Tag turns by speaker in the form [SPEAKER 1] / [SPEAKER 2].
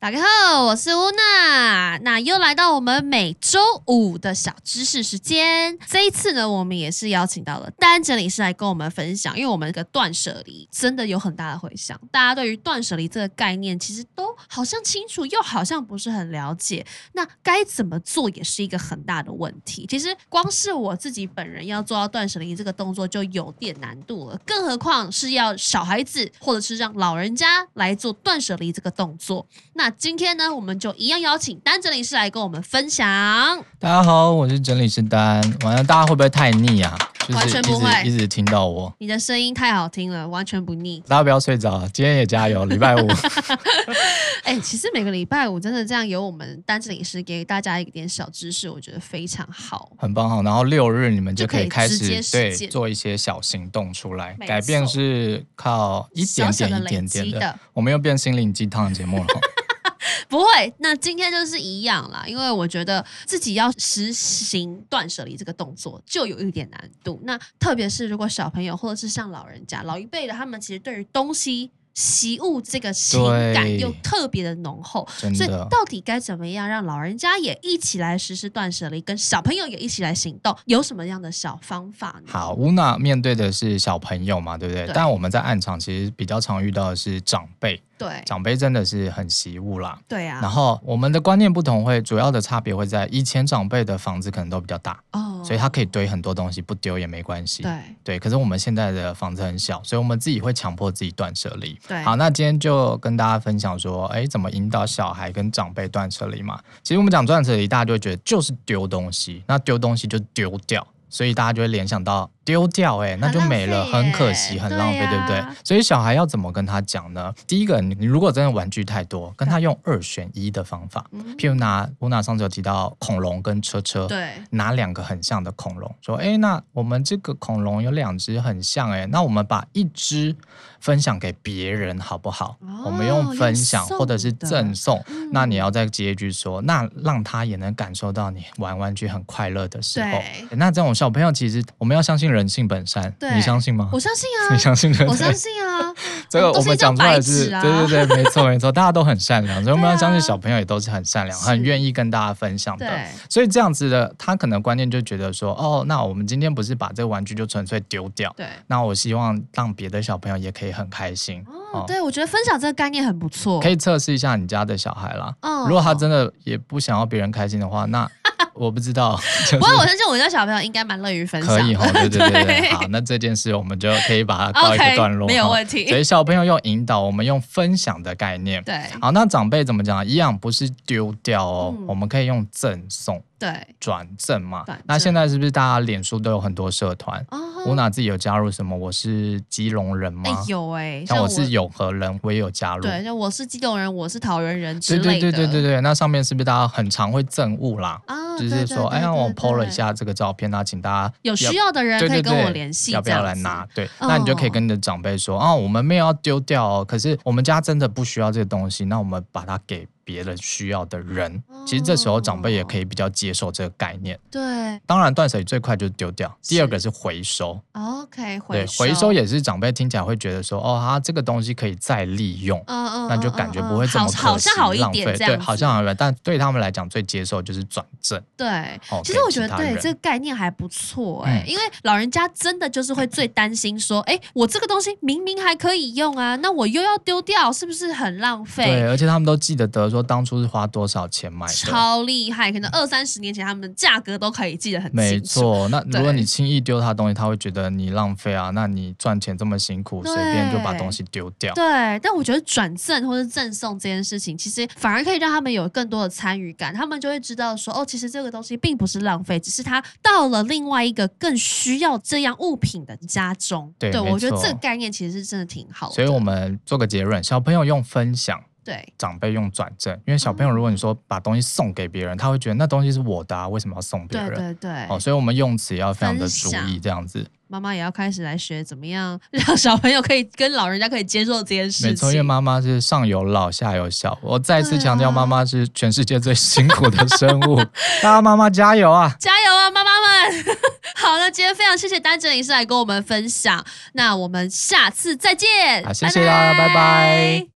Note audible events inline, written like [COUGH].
[SPEAKER 1] 大家好，我是乌娜，那又来到我们每周五的小知识时间。这一次呢，我们也是邀请到了丹整理师来跟我们分享，因为我们的断舍离真的有很大的回响，大家对于断舍离这个概念其实都好像清楚，又好像不是很了解。那该怎么做也是一个很大的问题。其实光是我自己本人要做到断舍离这个动作就有点难度了，更何况是要小孩子或者是让老人家来做断舍离这个动作。那今天呢，我们就一样邀请丹整理师来跟我们分享。
[SPEAKER 2] 大家好，我是整理师丹。完了，大家会不会太腻啊？就是
[SPEAKER 1] 完
[SPEAKER 2] 一
[SPEAKER 1] 全
[SPEAKER 2] 直
[SPEAKER 1] 不会
[SPEAKER 2] 一直听到我。
[SPEAKER 1] 你的声音太好听了，完全不腻。
[SPEAKER 2] 大家不要睡着，今天也加油，礼
[SPEAKER 1] [LAUGHS]
[SPEAKER 2] 拜五。
[SPEAKER 1] 哎、其实每个礼拜五真的这样有我们丹整理师给大家一点小知识，我觉得非常好。
[SPEAKER 2] 很棒哈。然后六日你们
[SPEAKER 1] 就
[SPEAKER 2] 就
[SPEAKER 1] 可
[SPEAKER 2] 可
[SPEAKER 1] 以
[SPEAKER 2] 以开
[SPEAKER 1] 直接
[SPEAKER 2] 始
[SPEAKER 1] 实
[SPEAKER 2] 对
[SPEAKER 1] 践
[SPEAKER 2] 做一些小行动出来，
[SPEAKER 1] 没
[SPEAKER 2] 改变
[SPEAKER 1] 错
[SPEAKER 2] 是靠一点
[SPEAKER 1] 小小
[SPEAKER 2] 点
[SPEAKER 1] 的
[SPEAKER 2] 一点
[SPEAKER 1] 累
[SPEAKER 2] 点
[SPEAKER 1] 积
[SPEAKER 2] 的。
[SPEAKER 1] 的
[SPEAKER 2] 我们又变心灵鸡汤的节目了
[SPEAKER 1] [LAUGHS]
[SPEAKER 2] 哈。
[SPEAKER 1] 不会，那今天就是一样啦，因为我觉得自己要实行断舍离这个动作就有一点难度。那特别是如果小朋友或者是像老人家、老一辈的，他们其实对于东西、习物这个情感
[SPEAKER 2] 对
[SPEAKER 1] 又特别的浓厚，
[SPEAKER 2] 真
[SPEAKER 1] 所以
[SPEAKER 2] 的，
[SPEAKER 1] 到底该怎么样让老人家也一起来实施断舍离，跟小朋友也一起来行动，有什么样的小方法呢？
[SPEAKER 2] 好，乌娜面对的是小朋友嘛，对不对？
[SPEAKER 1] 对
[SPEAKER 2] 但我们在暗场其实比较常遇到的是长辈，
[SPEAKER 1] 对
[SPEAKER 2] 长辈真的是很习物啦。
[SPEAKER 1] 对啊，
[SPEAKER 2] 然后我们的观念不同会，主要的差别会在以前长辈的房子可能都比较大，
[SPEAKER 1] 哦
[SPEAKER 2] 所以他可以堆很多东西，不丢也没关系。
[SPEAKER 1] 对
[SPEAKER 2] 对，可是我们现在的房子很小，所以我们自己会强迫自己断舍离。
[SPEAKER 1] 对
[SPEAKER 2] 好，那今天就跟大家分享说，哎，怎么引导小孩跟长辈断舍离嘛？其实我们讲断舍离，大家就会觉得就是丢东西，那丢东西就丢掉，所以大家就会联想到丢掉、哎，那就没了，
[SPEAKER 1] 很浪费耶
[SPEAKER 2] 很可惜，很浪费，
[SPEAKER 1] 对啊
[SPEAKER 2] 对不对？所以小孩要怎么跟他讲呢？第一个，你你如果真的玩具太多，跟他用二选一的方法，
[SPEAKER 1] 嗯
[SPEAKER 2] 譬如拿乌娜上次有提到恐龙跟车车， [LAUGHS]
[SPEAKER 1] 对
[SPEAKER 2] 拿两个很像的恐龙，说：“哎，那我们这个恐龙有两只很像，哎，那我们把一只分享给别人好不好？
[SPEAKER 1] 哦
[SPEAKER 2] 我们用分享
[SPEAKER 1] 用送的
[SPEAKER 2] 或者是赠送。
[SPEAKER 1] 嗯
[SPEAKER 2] 那你要再接一句说，那让他也能感受到你玩玩具很快乐的时候
[SPEAKER 1] 对。
[SPEAKER 2] 那这种小朋友其实我们要相信人性本善，
[SPEAKER 1] 对
[SPEAKER 2] 你相信吗？
[SPEAKER 1] 我相信
[SPEAKER 2] [LAUGHS] 你
[SPEAKER 1] 啊，
[SPEAKER 2] 相信人
[SPEAKER 1] 我
[SPEAKER 2] 性
[SPEAKER 1] 相？信啊，
[SPEAKER 2] [LAUGHS] 这个
[SPEAKER 1] 我们都
[SPEAKER 2] 我
[SPEAKER 1] 是一
[SPEAKER 2] 们
[SPEAKER 1] 张
[SPEAKER 2] 讲出
[SPEAKER 1] 白
[SPEAKER 2] 来是
[SPEAKER 1] 纸，啊，
[SPEAKER 2] 对对对，没错没错，大家都很善良，所以我们
[SPEAKER 1] 对啊
[SPEAKER 2] 要相信小朋友也都是很善良，
[SPEAKER 1] 是
[SPEAKER 2] 很愿意跟大家分享的。
[SPEAKER 1] 对
[SPEAKER 2] 所以这样子的，他可能观念就觉得说，哦，那我们今天不是把这个玩具就纯粹丢掉，
[SPEAKER 1] 对。
[SPEAKER 2] 那我希望让别的小朋友也可以很开心，
[SPEAKER 1] 哦，对，我觉得分享这个概念很不错。
[SPEAKER 2] 可以测试一下你家的小孩啦。
[SPEAKER 1] 嗯
[SPEAKER 2] 如果他真的也不想要别人开心的话，那我不知道， [LAUGHS] 就
[SPEAKER 1] 不过我
[SPEAKER 2] 是
[SPEAKER 1] 相信我家小朋友应该蛮乐于分享
[SPEAKER 2] 可
[SPEAKER 1] 的。
[SPEAKER 2] 以哈，对对
[SPEAKER 1] [LAUGHS]
[SPEAKER 2] 对
[SPEAKER 1] 对
[SPEAKER 2] 对，好，那这件事我们就可以把它告一
[SPEAKER 1] OK，
[SPEAKER 2] 个段落，
[SPEAKER 1] 没有
[SPEAKER 2] 齁
[SPEAKER 1] 问题
[SPEAKER 2] 所以小朋友用引导，我们用分享的概念。
[SPEAKER 1] 对
[SPEAKER 2] 好，那长辈怎么讲？一样不是丢掉哦，
[SPEAKER 1] 嗯
[SPEAKER 2] 我们可以用赠送、
[SPEAKER 1] 对
[SPEAKER 2] 转赠嘛
[SPEAKER 1] 转赠。
[SPEAKER 2] 那现在是不是大家脸书都有很多社团？我
[SPEAKER 1] 哦，
[SPEAKER 2] 哪自己有加入什么？我是基隆人吗
[SPEAKER 1] 哎？有哎，
[SPEAKER 2] 像
[SPEAKER 1] 像
[SPEAKER 2] 我是永和人，我也有加入。
[SPEAKER 1] 对，像我是激动人，我是桃园人之
[SPEAKER 2] 对对
[SPEAKER 1] 类的。
[SPEAKER 2] 对对对
[SPEAKER 1] 对
[SPEAKER 2] 对，那上面是不是大家很常会赠物啦？
[SPEAKER 1] 啊，对
[SPEAKER 2] 就是
[SPEAKER 1] 对
[SPEAKER 2] 说，
[SPEAKER 1] 对
[SPEAKER 2] 哎呀，我
[SPEAKER 1] 对
[SPEAKER 2] PO 了一
[SPEAKER 1] 对
[SPEAKER 2] 下这个照片啊，请大家
[SPEAKER 1] 有需
[SPEAKER 2] 要
[SPEAKER 1] 要的人
[SPEAKER 2] 对
[SPEAKER 1] 可以
[SPEAKER 2] 对
[SPEAKER 1] 跟我
[SPEAKER 2] 对
[SPEAKER 1] 联系，
[SPEAKER 2] 要不要来拿？？对，
[SPEAKER 1] 嗯
[SPEAKER 2] 那你就可以跟你的长辈说，哦，我们没有要丢掉哦，可是我们家真的不需要这个东西，那我们把它给别人需要的人。其实这时候长辈
[SPEAKER 1] 哦
[SPEAKER 2] 也可以比较接受这个概念。
[SPEAKER 1] 对
[SPEAKER 2] 当然，断舍离最快就是丢掉，第二
[SPEAKER 1] 是
[SPEAKER 2] 个是回收。
[SPEAKER 1] ，OK，
[SPEAKER 2] 对，
[SPEAKER 1] 收，
[SPEAKER 2] 回收也是长辈听起来会觉得说，哦，它这个东西可以再利用，
[SPEAKER 1] 嗯嗯，
[SPEAKER 2] 那就
[SPEAKER 1] 嗯
[SPEAKER 2] 感觉
[SPEAKER 1] 嗯
[SPEAKER 2] 不会
[SPEAKER 1] 嗯
[SPEAKER 2] 这
[SPEAKER 1] 好，
[SPEAKER 2] 么可惜
[SPEAKER 1] 好像好一
[SPEAKER 2] 浪
[SPEAKER 1] 点
[SPEAKER 2] 费
[SPEAKER 1] 这
[SPEAKER 2] 对，
[SPEAKER 1] 样
[SPEAKER 2] 好
[SPEAKER 1] 子
[SPEAKER 2] 像好一点，但对他们来讲最接受就是转正。
[SPEAKER 1] 对。
[SPEAKER 2] 哦，
[SPEAKER 1] 其
[SPEAKER 2] 给
[SPEAKER 1] 实我
[SPEAKER 2] 其
[SPEAKER 1] 觉得
[SPEAKER 2] 他
[SPEAKER 1] 对
[SPEAKER 2] 人
[SPEAKER 1] 这个概念还不错哎、
[SPEAKER 2] 嗯
[SPEAKER 1] 因为老人家真的就是会最担心说，哎、我这个东西明明还可以用啊，那我又要丢掉，是不是很浪
[SPEAKER 2] 对，
[SPEAKER 1] 费？
[SPEAKER 2] 而且他们都记得得说当初是花多少钱买的。
[SPEAKER 1] 超厉害，可能二三十年前他们的价格都可以记得很
[SPEAKER 2] 没
[SPEAKER 1] 清楚。
[SPEAKER 2] 错，那如果
[SPEAKER 1] 对
[SPEAKER 2] 你轻易丢他东西，他会觉得你浪费啊。那你赚钱这么辛苦，随便就把
[SPEAKER 1] 对
[SPEAKER 2] 东西丢掉。
[SPEAKER 1] 对，但我觉得转赠或是赠送这件事情，其实反而可以让他们有更多的参与感，他们就会知道说，哦，其实这个东西并不是浪费，只是它到了另外一个更需要这样物品的家中。
[SPEAKER 2] 对没
[SPEAKER 1] 我觉得
[SPEAKER 2] 错
[SPEAKER 1] 这个概念其实是真的挺好的。
[SPEAKER 2] 所以我们做个结论：小朋友用分享，
[SPEAKER 1] 对
[SPEAKER 2] 长辈用转正。
[SPEAKER 1] 哦
[SPEAKER 2] 因为小朋友，如果你说把东西送给别人，他会觉得那东西是我的啊，为什么要送别
[SPEAKER 1] 对
[SPEAKER 2] 人？
[SPEAKER 1] 对对，
[SPEAKER 2] 哦，所以我们用词也要非常的
[SPEAKER 1] 分
[SPEAKER 2] 注
[SPEAKER 1] 享
[SPEAKER 2] 意，这样子。
[SPEAKER 1] 妈妈也要开始来学怎么样让小朋友可以跟老人家可以接受这件事
[SPEAKER 2] 没错，因为
[SPEAKER 1] 情。
[SPEAKER 2] 妈妈是上有老下有小。我再次
[SPEAKER 1] 对啊
[SPEAKER 2] 强调，妈妈是全世界最辛苦的生物， [LAUGHS] 大家妈妈加油啊！
[SPEAKER 1] 加油啊，妈妈们！ [LAUGHS] 好了，今天非常谢谢丹整理师来跟我们分享，那我们下次再见。
[SPEAKER 2] 啊好谢谢大家拜拜